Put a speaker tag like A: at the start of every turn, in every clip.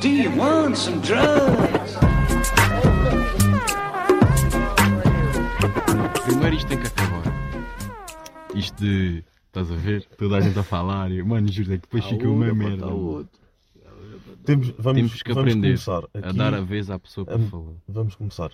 A: Do you want some drugs?
B: Primeiro isto tem que acabar. Isto de. Estás a ver? Toda a gente a falar. e- Mano, juro é que depois fica uma merda. mano.
C: Temos, vamos,
B: Temos que
C: vamos
B: aprender
C: começar
B: a
C: aqui.
B: dar a vez à pessoa para
C: Hum.
B: falar.
C: Vamos começar.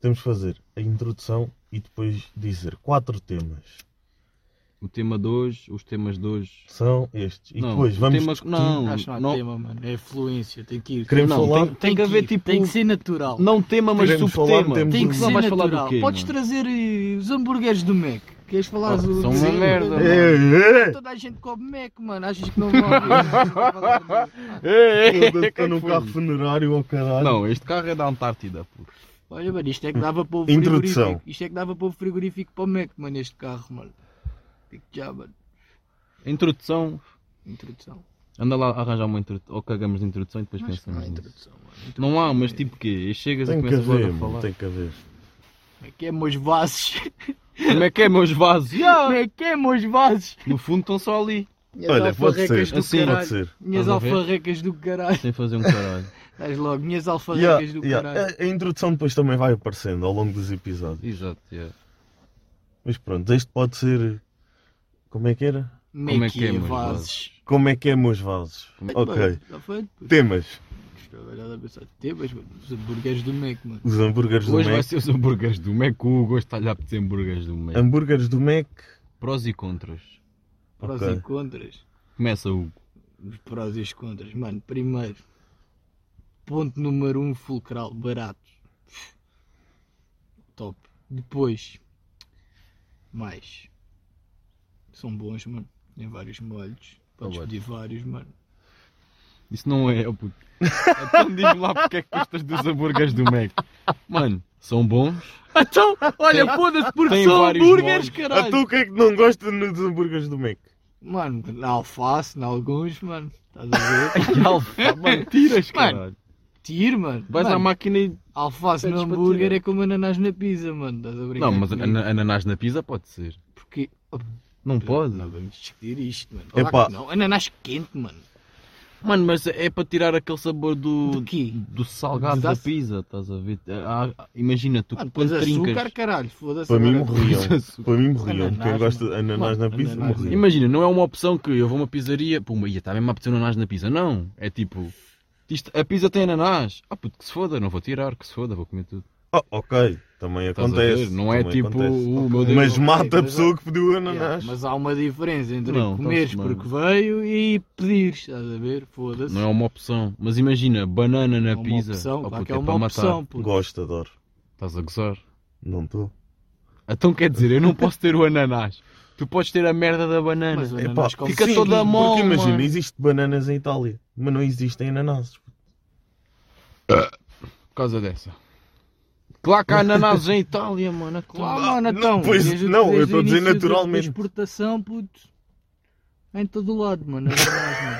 C: Temos que fazer a introdução e depois dizer quatro temas.
B: O tema de hoje, os temas de hoje.
C: São estes. E
B: não,
C: depois
B: o
C: vamos.
B: tema-
C: discutir.
B: não,
D: Acho que não há
B: não,
D: tema, mano. É fluência, tem que ir.
C: Queremos
B: não,
C: falar.
B: tem- que haver,
D: ir,
B: tipo,
D: Tem que ser natural.
B: não tema, mas
C: Queremos
B: subtema.
C: falar, temos
D: Tem
C: um-
D: que
B: Não
D: ser
B: vais falar
D: natural.
B: do quê,
D: Podes
B: mano?
D: trazer eh, os hambúrgueres do Mac. Queres falar
B: Ah,
D: do
B: são uma
D: Sim,
B: merda,
D: mano.
B: mano.
C: Ei,
D: Toda a gente come Mac, mano. Achas que não vai ouvir?
C: ei, ei, é. eu estou num carro funerário ao caralho.
B: Não, este carro é da Antártida, pô.
D: Olha, mano, isto é que dava para o
C: Introdução.
D: frigorífico. Isto é que dava para o frigorífico para o Mac, mano, este carro, mano. Digo já, mano.
B: Introdução.
D: Introdução.
B: Anda lá a arranjar uma introdução. Ou cagamos na introdução e depois
D: Acho que não
B: pensamos.
D: há
B: nisso.
D: introdução, mano.
B: Não há, mas tipo quê? E Chegas e
C: Tem que
B: começas logo
C: haver,
B: a
C: mano,
B: falar.
C: tem que haver.
D: Como é que é, meus vasos?
B: Como é que é, meus vasos?
D: Como é que é, meus vasos?
B: No fundo estão só ali.
D: Minhas
C: Olha, pode
D: alfarrecas
C: ser,
D: do
B: assim,
D: caralho.
C: Pode ser.
D: Minhas
B: Estás a ver?
D: alfarrecas do caralho.
B: Sem fazer um caralho.
D: Estás logo, minhas alfarrecas
C: Yeah,
D: do
C: yeah.
D: caralho.
C: A, a introdução depois também vai aparecendo ao longo dos episódios.
B: Exato, yeah.
C: Mas pronto, este pode ser. Como é que era?
D: Como é que é, meus vasos?
C: Como é que é, meus vasos? Ok. Temas.
D: Tebas, mano. Os hambúrgueres do Mac, mano.
C: Os hambúrgueres do
B: Hoje vai
C: Mac.
B: ser os hambúrgueres do Mac. O Hugo está a olhar para os hambúrgueres do
C: Hum.
B: Mac.
C: É. Hambúrgueres do Mac.
B: Prós e contras.
D: Prós
C: Ok.
D: e contras.
B: Começa, Hugo.
D: Os prós e os contras, mano. Primeiro, ponto número um, fulcral, barato. Top. Depois, mais. São bons, mano. Tem vários molhos.
C: Tá
D: Podes
B: Olha.
D: pedir vários, mano.
B: Isso não é, ó puto. Então diz-me lá porque é que gostas dos hambúrgueres do Mac. Mano, são bons.
D: Então, olha, foda-se, porque
B: tem
D: são
B: vários
D: hambúrgueres,
B: molhos.
C: Ah, tu
D: caralho.
C: o que é que não gosta no- dos hambúrgueres do Mac?
D: Mano, na alface, na alguns, mano. Estás a ver?
B: Que alfa, mano. Tiras,
D: Mano,
B: É caralho.
D: Tiro, mano.
B: Vais
D: Mano,
B: à máquina e...
D: Alface no
B: Pedes para
D: hambúrguer
B: tirar.
D: é como ananás na pizza, mano. Estás a brincar?
B: Não, mas
D: comigo?
B: ana- ananás na pizza pode ser.
D: Porque.
B: Não pode.
D: Não vamos discutir isto, mano.
C: Epá.
D: Claro que Não, ananás quente, mano.
B: Mano, mas é para tirar aquele sabor do...
D: Do quê?
B: do salgado da
D: Exato.
B: pizza, estás a ver? Ah, ah, imagina, tu
D: Mano, pões
B: quando trincas... é,
D: açúcar, caralho. Foda-se.
C: Para mim
D: agora.
C: morriam. Para mim morriam.
D: Ananás,
C: Quem gosta de
D: mano.
C: ananás na
D: Mano,
C: pizza
D: ananás.
C: morria.
B: Imagina, não é uma opção que eu vou a uma pizzaria, pumba, ia, tá está mesmo a apetecer ananás na pizza. Não, é tipo, isto- a pizza tem ananás. Ah, puto, que se foda, não vou tirar, que se foda, vou comer tudo.
C: Ah, ok, também
B: Estás a
C: acontece.
B: ver? Não é
C: também
B: tipo,
C: acontece.
B: o meu Deus.
C: Mas
D: ok,
C: mata a
D: mas
C: pessoa que pediu
D: Yeah,
C: ananás.
D: mas há uma diferença entre
B: Não,
D: comeres
B: tá-se, mano.
D: porque veio e pedires, estás a ver? Foda-se.
B: Não é uma opção. Mas imagina, banana na
D: É uma
B: pizza.
D: opção,
B: Ah,
D: claro
B: puto,
D: que é uma
B: para matar.
D: opção, puto.
C: Gosto, adoro.
B: Estás a gozar.
C: Não estou.
B: Então quer dizer, eu não posso ter o ananás. Tu podes ter a merda da banana.
D: Mas o
C: Epá,
D: ananás
C: assim,
D: come
B: fica
D: sim.
B: toda mo- mão,
C: Porque imagina,
B: mano.
C: existem bananas em Itália, mas não existem ananases.
B: Por causa dessa. Claro que há ananás em Itália, mano. é
D: Claro,
B: Claro.
D: mano,
C: Ah, não,
D: então,
C: pois
D: desde o-
C: não,
D: desde
C: eu estou
D: o
C: a dizer
D: início da- da
C: naturalmente.
D: exportação, puto. Em todo o lado, mano. é verdade, mano.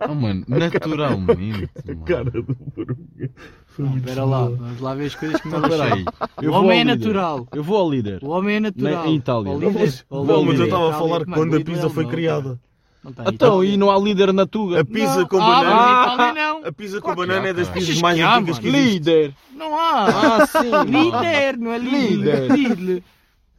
B: Ah, mano, naturalmente. mano.
C: Cara do Borussia. Foi muito
D: Ah, Espera lá,
C: boa.
D: vamos lá ver as coisas que
B: Então,
D: não
B: espera aí.
D: O
B: Eu vou
D: homem é
B: ao líder.
D: natural.
B: Eu vou ao líder.
D: O homem é natural.
B: Na- em Itália.
D: Ao
B: Não,
D: líder-
C: mas-
D: ao
C: Não, mas
D: líder.
C: eu estava a
D: Itália,
C: falar
D: mano,
C: quando a
D: líder
C: pizza foi
D: alemão,
C: criada.
D: Não tá,
B: Então, É
D: Itália.
B: e não há líder na Tuga?
C: A pizza
D: Não,
C: com
D: ah,
C: banana.
D: mas Itália não.
C: A pizza com
B: Claro que
C: banana
B: há,
C: é das
B: cara.
C: pizzas
D: Achas
C: mais
D: que há,
C: antigas que
D: mano?
C: existem.
B: Líder!
D: Não há.
B: Ah, sim!
D: Líder, não é
B: Líder.
D: líder. Lidl.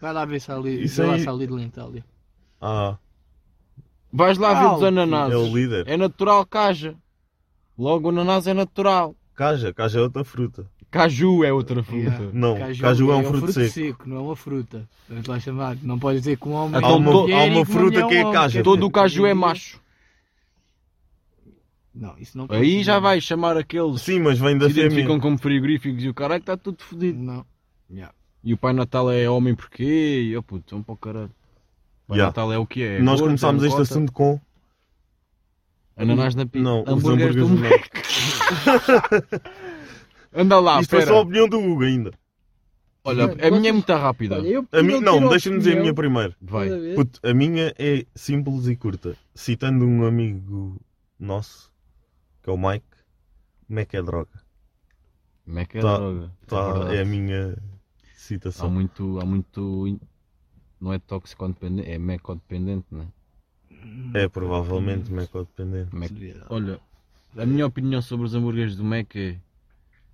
D: Vai lá ver se há Lidl.
C: Isso
D: Vai lá
C: aí-
D: se há Lidl em Itália.
C: Ah,
B: Vais lá ver os
D: Ah,
C: é o
B: ananases.
C: líder.
B: É natural caja. Logo, o ananás é natural.
C: Caja, caja é outra fruta.
B: Caju é outra fruta.
C: Não, caju é um fruto
D: seco.
C: seco.
D: não é uma fruta. Vamos lá chamar. Não podes dizer que um homem.
B: Há uma-
D: mulher
C: há
D: e
C: uma
D: que
C: fruta
D: mulher
C: que é
D: um homem.
C: caju.
B: Todo o caju é macho.
D: Não, isso não pode
B: Aí
D: ser.
B: já vais chamar aqueles
C: Sim, mas vem da
B: que se identificam
C: fêmea.
B: como frigoríficos e o caralho está tudo fodido.
D: Não. Yeah.
B: E o Pai Natal é homem porquê? E oh puto, são para o caralho. O Pai
C: Yeah.
B: Natal é o que é. é
C: Nós
B: gordo,
C: começámos
B: é
C: este
B: cota.
C: assunto com.
B: Ananás na pizza.
C: Não, os
B: hambúrgueres do
C: hambúrgueres
B: Mac.
C: não.
B: Anda lá,
C: Isto foi só a
B: Ah, espera.
C: opinião do Hugo ainda.
B: Olha, a minha é muito rápida.
C: A mim, não, deixa-me dizer a minha primeira.
B: Vai.
C: Puto, a minha é simples e curta. Citando um amigo nosso, que é o Mike, Mac é droga.
B: Mac é
C: Tá-
B: droga.
C: Tá,
B: verdade.
C: é a minha
B: Há
C: citação.
B: muito, há muito. in- Não é toxicodependente, é mecodependente, né?
C: É provavelmente Mac dependente.
B: Mec... Olha, A minha opinião sobre os hambúrgueres do Mac é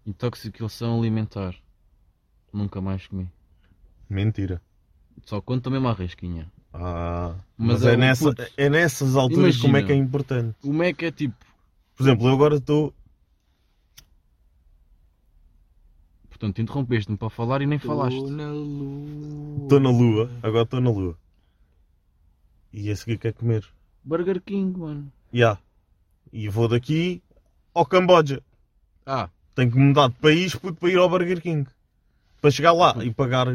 B: intoxicação alimentar. Nunca mais comi.
C: Mentira.
B: Só quando também uma risquinha.
C: Ah,
B: Mas
C: mas,
B: é
C: é,
B: um
C: nessa-
B: puto.
C: é nessas alturas
B: Imagina.
C: como é que é importante.
B: O Mac é tipo.
C: Por exemplo, eu agora estou.
B: Portanto, interrompeste-me para falar e nem falaste.
D: Tô na lua.
C: Estou na lua. Agora estou na lua. E a seguir quer comer.
B: Burger King, mano.
C: Ya. E vou daqui ao Camboja.
B: Ah,
C: Tenho que mudar de país puto, para ir ao Burger King. Para chegar lá e pagar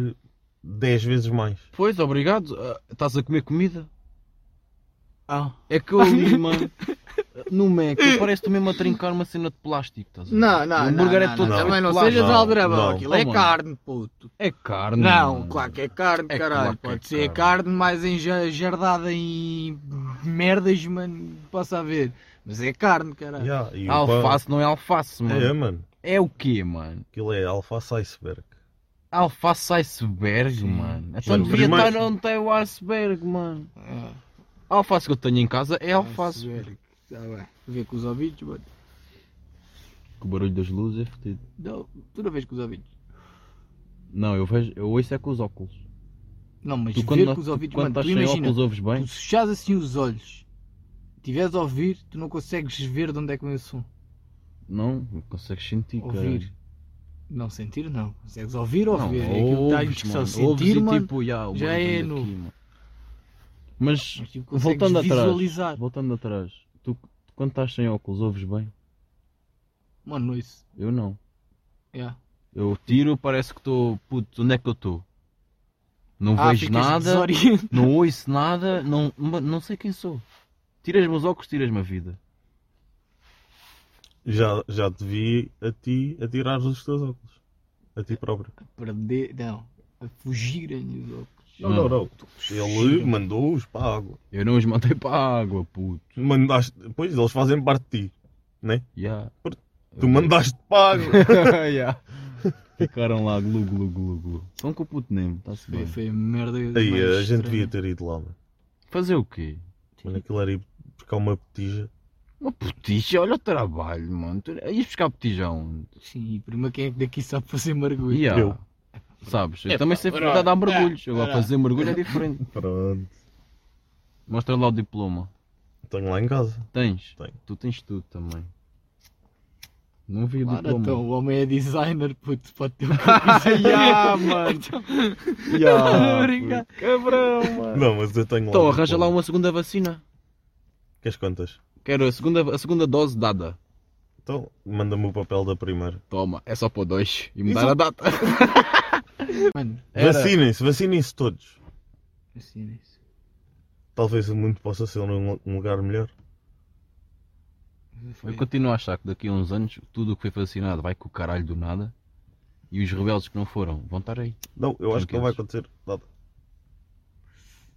C: 10 vezes mais.
B: pois, obrigado. Ah, estás a comer comida?
D: Ah.
B: É que eu ali, mano. No Mac, parece-te mesmo a trincar uma cena de plástico. Estás a ver?
D: Não, não,
B: O
D: não.
B: hambúrguer
D: não,
B: é todo
D: não,
B: feito
D: Também
B: de
D: não
B: plástico.
D: sejas
C: Não,
D: aldrabão.
C: não.
D: Aquilo é
B: Não, mano.
D: carne, puto.
B: É carne.
D: Não,
B: mano.
D: claro que é carne,
B: É claro
D: caralho.
B: que é
D: Pode ser
B: carne.
D: carne, mais enjardada em merdas, mano. Passa a ver. Mas é carne, caralho.
C: Ya, E o
B: Alface não é alface,
C: pão- É,
B: mano.
C: mano.
B: É, o quê, mano?
C: Aquilo é alface iceberg.
B: Alface iceberg, mano. Então
C: Mano,
B: devia
C: primeiro-
B: estar onde tem o iceberg, mano.
D: Ah,
B: A alface que eu tenho em casa é alface.
D: iceberg. Tá bem. Vê com os ouvidos, mano.
B: Que o barulho das luzes é fodido.
D: Não, tu não vês com os ouvidos.
B: Não, eu vejo, eu ouço é com os óculos.
D: Não, mas
B: Tu
D: ver
B: quando,
D: com os
B: tu
D: ouvidos,
B: quando
D: mano.
B: estás
D: Tu
B: sem
D: imagina.
B: óculos ouves bem?
D: Tu se fechares assim os olhos, tiveres a ouvir, tu não consegues ver de onde é que vem o som.
B: Não, consegues sentir,
D: Ouvir.
B: cara.
D: Não sentir, não. Consegues ouvir,
B: Não,
D: ouvir. É Aquilo tá está em
B: ouves,
D: discussão.
B: mano.
D: Sentir,
B: Ouves e
D: mano.
B: tipo, ya, o
D: já
B: barulho
D: é
B: daqui,
D: no-
B: mano. Mas,
D: mas, tipo, consegues
B: voltando atrás,
D: visualizar.
B: voltando atrás, tu quando estás sem óculos ouves bem?
D: Mano, não é isso. É.
B: Eu não.
D: Yeah.
B: Eu tiro, parece que estou. Puto, onde é que eu estou? Não
D: Ah,
B: vejo
D: ficas
B: nada,
D: desorientado.
B: não ouço nada, não, ma- não sei quem sou. Tiras-me os óculos, tiras-me a vida.
C: Já, já te vi a ti a tirar os teus óculos. A ti próprio.
D: Perder, não. A fugirem os óculos.
C: Não,
B: Não.
C: não, não. Ele mandou-os para a água.
B: Eu não os mandei para a água, puto.
C: Mandaste... Pois, eles fazem parte de ti.
B: Ya.
C: Tu mandaste para a água.
B: Ya. Ficaram lá, glu, glu, glu, glu. São com o puto Nemo, está-se
D: Foi,
B: bem.
D: foi a merda.
C: Aí,
D: mais
C: a gente devia
D: estranha.
C: ter ido lá, mano.
B: Fazer o quê?
C: Mano, é aquilo era ir buscar uma petija.
B: Uma putija, olha o trabalho, mano. Tu ias buscar putija onde?
D: Sim, prima, quem é que daqui sabe fazer mergulho?
B: Ya.
C: Eu.
B: Sabes? Eu
D: Epá,
B: também sei
D: ora,
B: a dar mergulhos.
D: ah,
B: Agora
D: ora.
B: fazer mergulho é diferente.
C: Pronto.
B: Mostra lá o diploma.
C: Tenho lá em casa.
B: Tens?
C: Tenho.
B: Tu tens tudo também. Não vi o
D: Claro,
B: diploma.
D: então, o homem é designer, puto, pode ter um o que
B: Ai, ya, mano. Ah,
D: Estava a brincar.
B: Cabrão, mano.
C: Não, mas eu tenho lá.
B: Então
C: um
B: arranja lá
C: diploma.
B: uma segunda vacina.
C: Queres contas?
B: Quero a segunda, a segunda dose dada.
C: Então, manda-me o papel da primeira.
B: Toma, é só para dois. E
D: é
B: mudar a
D: um
B: data.
D: Mano,
B: Era.
C: Vacinem-se, vacinem-se todos.
D: assim, é isso.
C: Talvez o mundo possa ser um um lugar melhor.
D: Foi.
B: Eu continuo a achar que daqui a uns anos tudo o que foi vacinado vai com o caralho do nada. E os rebeldes que não foram vão estar aí.
C: Não, eu acho que não vai acontecer nada.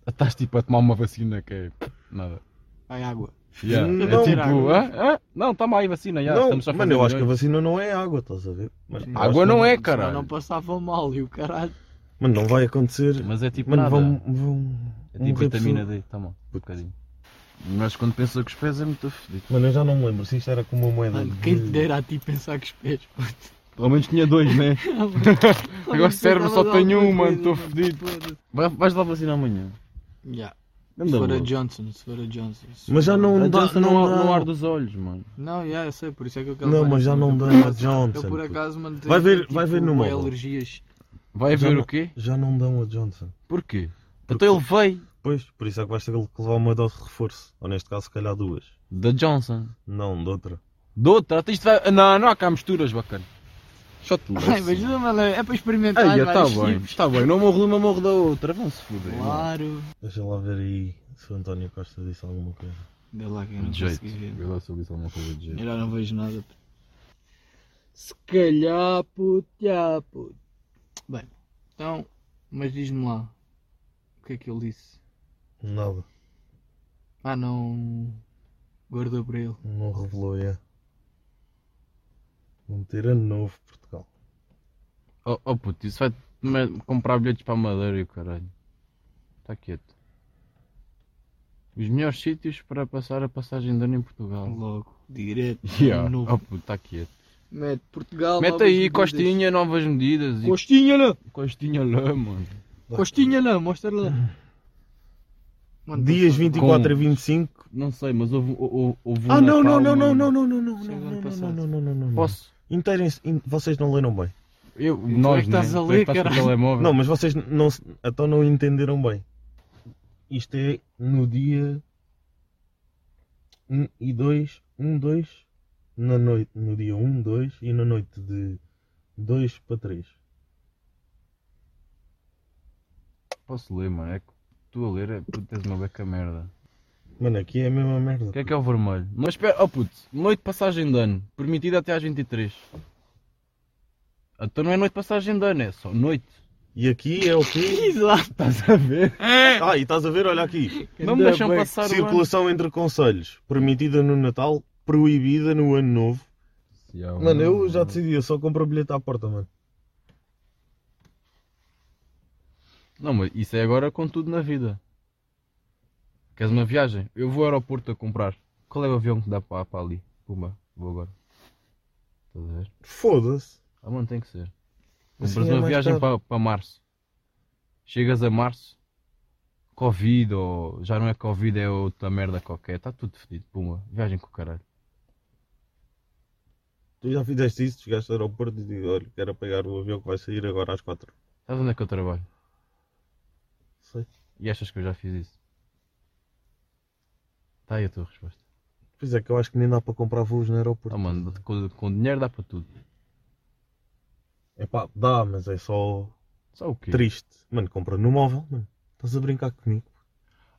B: Estás tipo a tomar uma vacina que é. Nada.
D: Ai, água.
B: Yeah.
C: Não.
B: é tipo. "Hã? Hã? Não, toma aí vacina. já,
C: não,
B: estamos só a
C: mano,
B: fazer
C: eu acho que a
B: milhões."
C: vacina não é água, estás a ver? Mano,
D: Sim.
C: eu
B: Água
C: acho que
B: não é,
D: Senão
B: caralho.
D: não passava mal e o caralho.
C: Mano, não vai acontecer.
B: Mas é tipo
C: Mano,
B: nada.
C: vão. vão
B: É tipo
C: morrer
B: vitamina
C: pessoas.
B: D, toma, um bocadinho. Mas quando pensa que os pés é muito fedido.
C: Mano, eu já não me lembro se isto era como uma moeda.
D: Mano,
C: de-
D: quem te dera a ti pensar que os pés, puto.
B: Pelo menos tinha dois, né? Agora o cérebro só tem um, mano,
D: né?
B: estou fedido. Vai- Vais lá vacinar amanhã.
D: Yeah. Se
B: Anda,
D: for a
B: louco.
D: Johnson, se for a Johnson. se
C: Mas
D: for-
C: já não
B: A
C: dá.
B: Johnson
C: não,
B: não,
C: dá.
B: não ar dos olhos, mano.
D: Não, yeah, eu sei, por isso é que eu
C: Não, mas já não dá a Johnson.
D: Eu por
C: puto.
D: acaso, mano, tipo,
C: Vai ver- vai ver no
D: bué
C: móvel.
D: alergias.
B: Vai
C: Já
B: ver
C: não-
B: o quê?
C: Já não dão a Johnson.
B: Porquê?
C: Porque-
B: Então ele veio
C: Pois, por isso é que vais ter que levar uma dose de reforço. Ou neste caso, se calhar duas.
B: da Johnson.
C: Não, de outra.
B: De outra, até isto vai. Não, não há cá misturas, bacana. Só te
D: Ai, mas
B: louco.
D: não, mano, é para experimentar.
B: Aí, está
D: vários
B: bem,
D: tipos.
B: está bem. Não morro de uma, morro da outra. Vão-se foder. mano.
D: Claro.
C: Deixa lá ver aí se o António Costa disse alguma coisa.
D: Dê lá que eu não
B: De jeito.
D: consegui ver.
B: Vê lá se eu disse alguma coisa de
D: Eu
B: jeito.
D: já não vejo nada. puto. Se calhar, puto, já, puto. Bem, então, mas diz-me lá. O que é que ele disse?
C: Nada.
D: Ah, não. Guardou para ele.
C: Não revelou, é. Um tirano novo, Portugal.
B: Oh, oh puto, isso vai me- comprar bilhetes para a Madeira e o caralho. Está quieto. Tá Os melhores sítios para passar a passagem de ano em Portugal.
D: Logo, direto,
B: Yeah.
D: novo.
B: Oh, puto, tá quieto.
D: Mete Portugal.
B: Mete
D: novas
B: aí
D: medidas.
B: costinha, novas medidas. e
D: Costinha lá!
B: Costinha lá, mano.
D: Costinha lá, mostra lá. Mano,
C: Dias
D: passou-
C: 24 a 25.
B: Não sei, mas houve, houve, houve
C: Ah,
B: um
C: não, não,
B: Natal,
C: não, não,
B: mano.
C: não, não, não, não,
D: Sim,
C: não,
D: ano
C: não,
D: passado.
C: não, não, não, não, não.
B: Posso?
C: Interem-se- in- vocês não leram bem.
B: Eu,
D: tu é
B: nós,
D: que estás
B: né?
D: a
B: Tu
D: ler,
B: é que estás com o
D: caralho.
B: telemóvel.
C: Não, mas vocês n- não, se- então não entenderam bem. Isto é no dia 1 e 2, 1, 2, na noite, no dia 1, 2 e na noite de 2 para 3.
B: Posso ler, mano. É que tu a ler, é, puto, tens uma beca merda.
C: Mano, aqui é a mesma merda.
B: O que é que é o vermelho? Mas espera, oh puto, noite de passagem de ano, permitida até às 23. Então não é noite de passagem de ano, é só noite.
C: E aqui é o quê?
D: Exato.
B: Estás a ver?
C: Ah, e estás a ver, olha aqui.
B: Não me deixam
D: Ainda bem.
B: passar o ano.
C: Circulação entre conselhos. Permitida no Natal, proibida no Ano Novo.
B: é
C: Mano, eu já decidi, eu só compro bilhete à porta, mano.
B: Não, mas isso é agora com tudo na vida. Queres uma viagem? Eu vou ao aeroporto a comprar. Qual é o avião que dá para, para ali? Pumba, vou agora. Estás a ver?
C: Foda-se.
B: Ah, mano, tem que ser.
C: Assim
B: Compras
C: é
B: uma
C: mais
B: viagem
C: caro.
B: para, para março. Chegas a março, Covid ou já não é Covid, é outra merda qualquer. Está tudo fedido. Puma, viagem com o caralho.
C: Tu já fizeste isso, chegaste ao aeroporto e digo, olha, quero pegar o avião que vai sair agora às 4.
B: Sabes onde é que eu trabalho?
C: Sei.
B: E achas que eu já fiz isso? Está aí a tua resposta.
C: Pois é, que eu acho que nem dá para comprar voos no aeroporto.
B: Ah, mano, com, com dinheiro dá para tudo.
C: É pá, dá, mas é só
B: Só o quê?
C: triste. Mano, compra no móvel, mano. Estás a brincar comigo?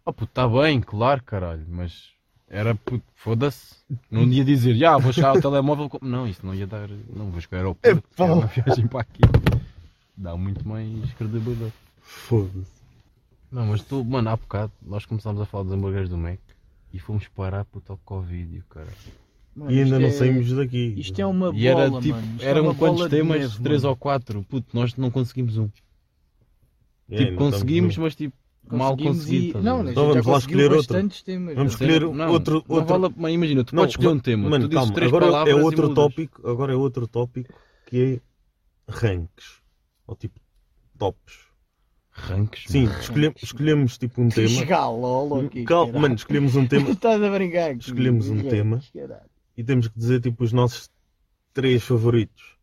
B: Ah, puto, está bem, claro, caralho, mas era puto, foda-se. Não ia dizer, já, vou chegar ao telemóvel. com-" Não, isso não ia dar. Não, vou chegar ao aeroporto.
C: Epá.
B: É uma viagem para aqui. Dá muito mais credibilidade.
C: Foda-se.
B: Não, mas tu, mano, há bocado nós começámos a falar dos hambúrgueres do Mac e fomos parar puto ao Covid, e o cara.
D: Mano,
C: E ainda
D: isto
C: não
D: é-
C: saímos daqui.
D: Isto é uma bola,
B: E era tipo,
D: mano. Isto é
B: eram
D: uma
B: quantos
D: bola de
B: temas?
D: neve,
B: Três
D: mano.
B: ou quatro. Puto, nós não conseguimos um.
C: É,
B: tipo,
C: não
B: conseguimos,
C: estamos
B: mas tipo, mal tá
D: Conseguimos
B: consegui.
D: e-
B: estás a
D: Não,
B: ver?
D: né, a
C: Então
D: gente já
C: vamos lá
D: conseguiu
C: escolher outro.
D: bastantes temas.
C: Vamos
D: mano.
C: escolher outro-
B: não
C: outro-
B: vale a- mas imagina, tu
C: Não,
B: podes escolher um tema.
C: no- Mano,
B: tu dizes
C: calma,
B: três
C: agora
B: palavras
C: é
B: e
C: outro
B: mudas.
C: tópico, agora é outro tópico que é ranks. Ou tipo, tops.
B: Ranks,
C: Sim,
B: mano.
C: escolhemos, escolhemos tipo um tema.
D: Chegar LOL aqui.
C: Calma,
D: caralho.
C: mano, escolhemos um tema
D: Tu estás a brincar comigo,
C: Escolhemos um
D: gente,
C: tema.
D: caralho.
C: e temos que dizer tipo os nossos três favoritos.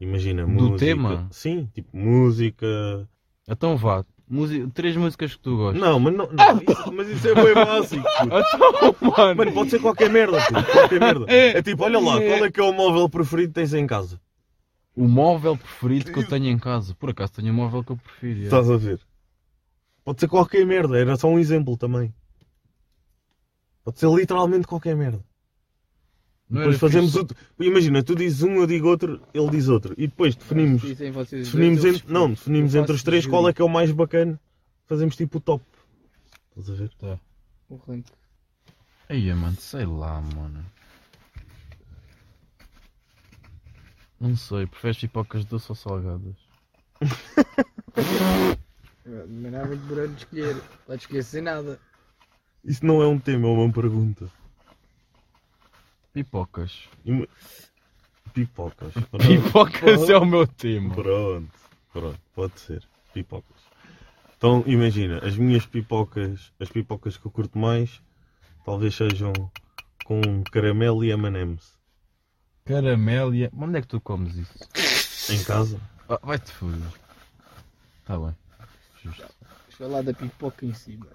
C: Imagina,
B: Do
C: música.
B: tema?
C: Sim, tipo música.
B: Então vá, Musi- três músicas que tu gostas.
C: Não, mas não. não, isso- mas isso é bem básico. puto. Mano, pode ser qualquer merda, puto, qualquer merda. É tipo, olha lá, qual é que é o móvel preferido que tens em casa?
B: O móvel preferido que eu tenho em casa. Por acaso tenho um móvel que eu prefiro. é.
C: Estás a ver? Pode ser qualquer merda, era só um exemplo também. Pode ser literalmente qualquer merda.
B: Não era
C: depois fazemos
B: fixe?
C: outro. Imagina, tu dizes um, eu digo outro, ele diz outro. E depois definimos
D: Dizem vocês
C: Definimos,
D: dois, eu
C: entre, não,
D: respondo.
C: definimos
D: Eu
C: entre os
D: faço
C: três
D: de
C: qual é
D: Júlio.
C: que é o mais bacana. Fazemos tipo o top. Estás a ver?
D: O ranking.
B: Aí, Tá. mano, sei lá, mano. Não sei, preferes pipocas doces ou salgadas?
D: Mas não há muito por onde escolher. Podes escolher sem nada.
C: Isso não é um tema, é uma pergunta.
B: Pipocas.
C: Ima- Pipocas. Pronto.
B: Pipocas é o meu tema.
C: Pronto. Pronto, pode ser. Pipocas. Então imagina, as minhas pipocas, as pipocas que eu curto mais, talvez sejam com um caramelo e M&M's.
B: Caramelo e... Mas Onde é que tu comes isso?
C: Em casa.
B: Ah, Vai-te foder. Tá bem. Justo.
D: Deixa eu falar da pipoca em cima.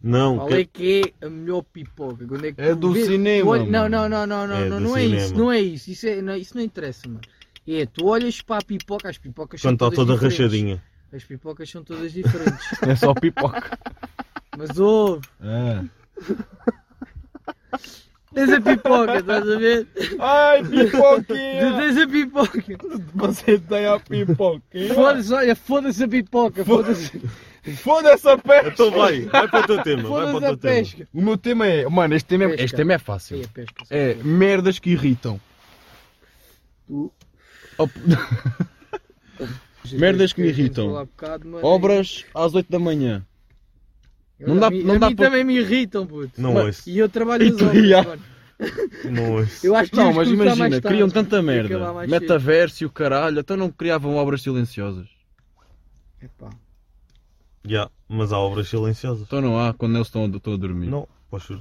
C: Não,
D: Qual
C: que-
D: é que é a melhor pipoca? Quando é que
B: É
D: tu
B: do
D: vês-
B: cinema,
D: Olha- Não,
B: mano.
D: não, não, não, não,
C: É
D: não,
C: do
D: não é isso,
C: cinema.
D: não é isso. Isso, é, não, isso não interessa, mano. É, tu olhas para a pipoca, as pipocas
C: quando
D: são
C: está
D: todas
C: toda
D: diferentes.
C: rachadinha.
D: As pipocas são todas diferentes.
B: É só pipoca.
D: Mas ouve,
B: Ah.
D: tens a pipoca, estás a ver?
B: Ai,
D: Tu
B: pipoquinha!
D: tens a pipoca.
B: Você tem a pipoquinha!
D: Foda-se, olha, foda-se a pipoca, foda-se
B: Foda-se a pesca!
C: Então vai, vai para o teu tema, vai para o
D: foda-se
C: teu
D: a
C: tema.
D: pesca.
B: O meu é tema é. Mano, este tema é,
D: Pesca.
B: este tema é
D: É,
B: fácil.
D: a pesca. sim.
B: É merdas que irritam.
D: Tu-
B: Op- merdas que me irritam.
D: Falar um bocado, mas-
B: Obras às 8 da manhã.
D: Eu-
B: Não dá-
D: a mim,
B: não
D: a
B: dá
D: mim
B: pra-
D: também me irritam, puto.
C: Não
B: Mas-
C: ouço.
D: E eu trabalho
B: E
D: as
B: tu-
D: horas.
B: já.
D: agora.
C: Não é. ouço.
D: Eu acho que
B: Não, mas
D: devíamos começar
B: imagina,
D: mais tarde,
B: criam tanta
D: e
B: merda.
D: acabar mais cedo.
B: Metaverso e o caralho, então não criavam obras silenciosas.
D: Epá.
C: Já, mas há obras silenciosas.
B: Então não há quando eles estão, estão a dormir.
C: Não, posso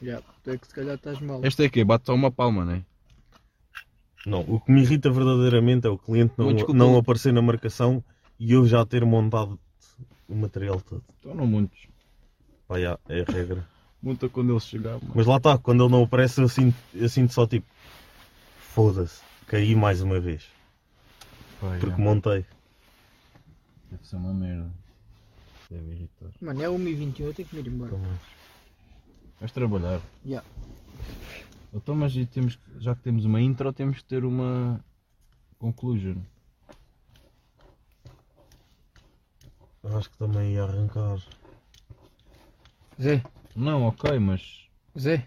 D: Já, tu é que se calhar estás mal.
B: Esta é que bate só uma palma, né?
C: Não, o que me irrita verdadeiramente é o cliente não,
B: Não, desculpa,
C: não
B: eu-
C: aparecer na marcação e eu já ter montado o material todo.
B: Então não muitos.
C: Pá, já, é a regra.
B: Muita quando eles chegavam.
C: Mas lá está, quando ele não aparece eu sinto, eu sinto só tipo foda-se, caí mais uma vez. Porque montei.
B: Deve ser uma merda. Deve irritar.
D: Mano, é 1h21, eu tenho que me ir embora.
B: Vais trabalhar.
D: Yeah.
B: Então, mas e temos, que- já que temos uma intro, temos que ter uma conclusion.
C: Eu acho que também ia arrancar.
D: Zé,
B: Não, ok, mas
D: Zé.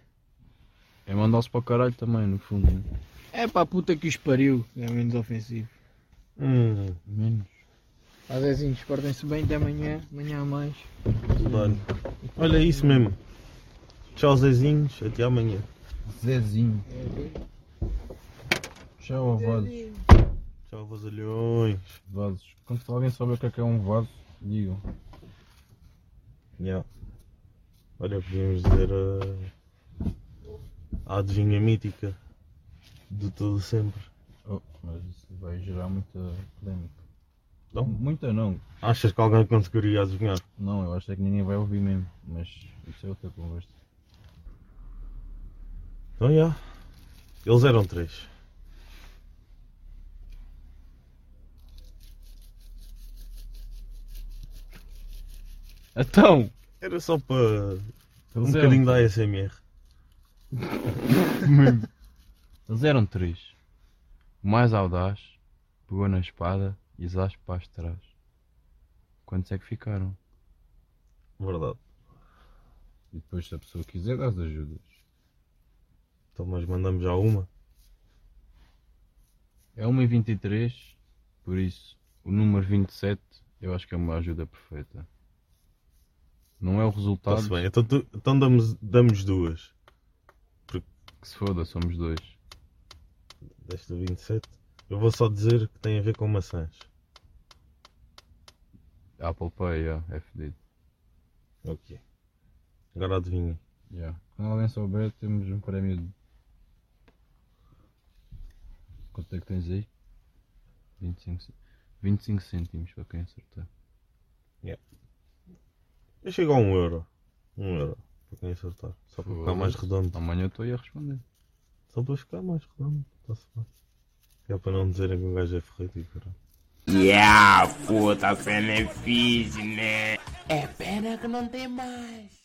B: é mandá-los para o caralho também, no fundo. né?
D: É pá, puta que os pariu. É menos ofensivo.
C: Hum,
B: Menos.
D: Pá, Zezinhos, portem-se bem até amanhã. Amanhã há mais.
C: dá-lhe. Olha isso mesmo. Tchau Zezinhos, até amanhã.
B: Zezinho.
D: É,
B: Tchau, a vasos.
C: Tchau vasalhões.
B: vasos. Quando alguém souber o que é que é um vaso, digam.
C: Yeah. Olha, podíamos dizer ah, a adivinha mítica de tudo sempre.
B: Oh, mas isso vai gerar muita polémica.
C: Não?
B: Muita não.
C: Então, Achas que alguém conseguiria adivinhar?
B: Não, eu acho é que ninguém vai ouvir mesmo. Mas isso é outra conversa.
C: Então, já. Eles eram três.
B: Então!
C: Era só para um
B: Eles,
C: bocadinho
B: eram,
C: da ASMR.
B: eles eram três. O mais audaz pegou na espada e as aspas atrás. Quantos é que ficaram?
C: Verdade.
B: E depois, se a pessoa quiser, dá as ajudas.
C: Então, mas mandamos já uma.
B: É 1h23, por isso o número 27 eu acho que é uma ajuda perfeita. Não é o resultado
C: Está-se bem. Então, tu- então damos, damos duas.
B: que se foda, somos dois.
C: Desta 27. Eu vou só dizer que tem a ver com maçãs.
B: Apple Pay, yeah, é fedido.
C: Ok. Agora adivinha.
B: Yeah. Quando alguém souber, temos um prémio de. Quanto é que tens aí? 25, cen- 25 cêntimos para quem acertar.
C: Eu chego a um euro. Um euro. Para quem acertar. Só para ficar
B: Foda-se.
C: mais redondo.
B: Amanhã eu estou aí a responder.
C: Só para ficar mais redondo. Está-se bem. É para não dizerem que um gajo é ferreiro e caralho.
E: Yeah, puta, cena é fixe, né? É pena que não tem mais.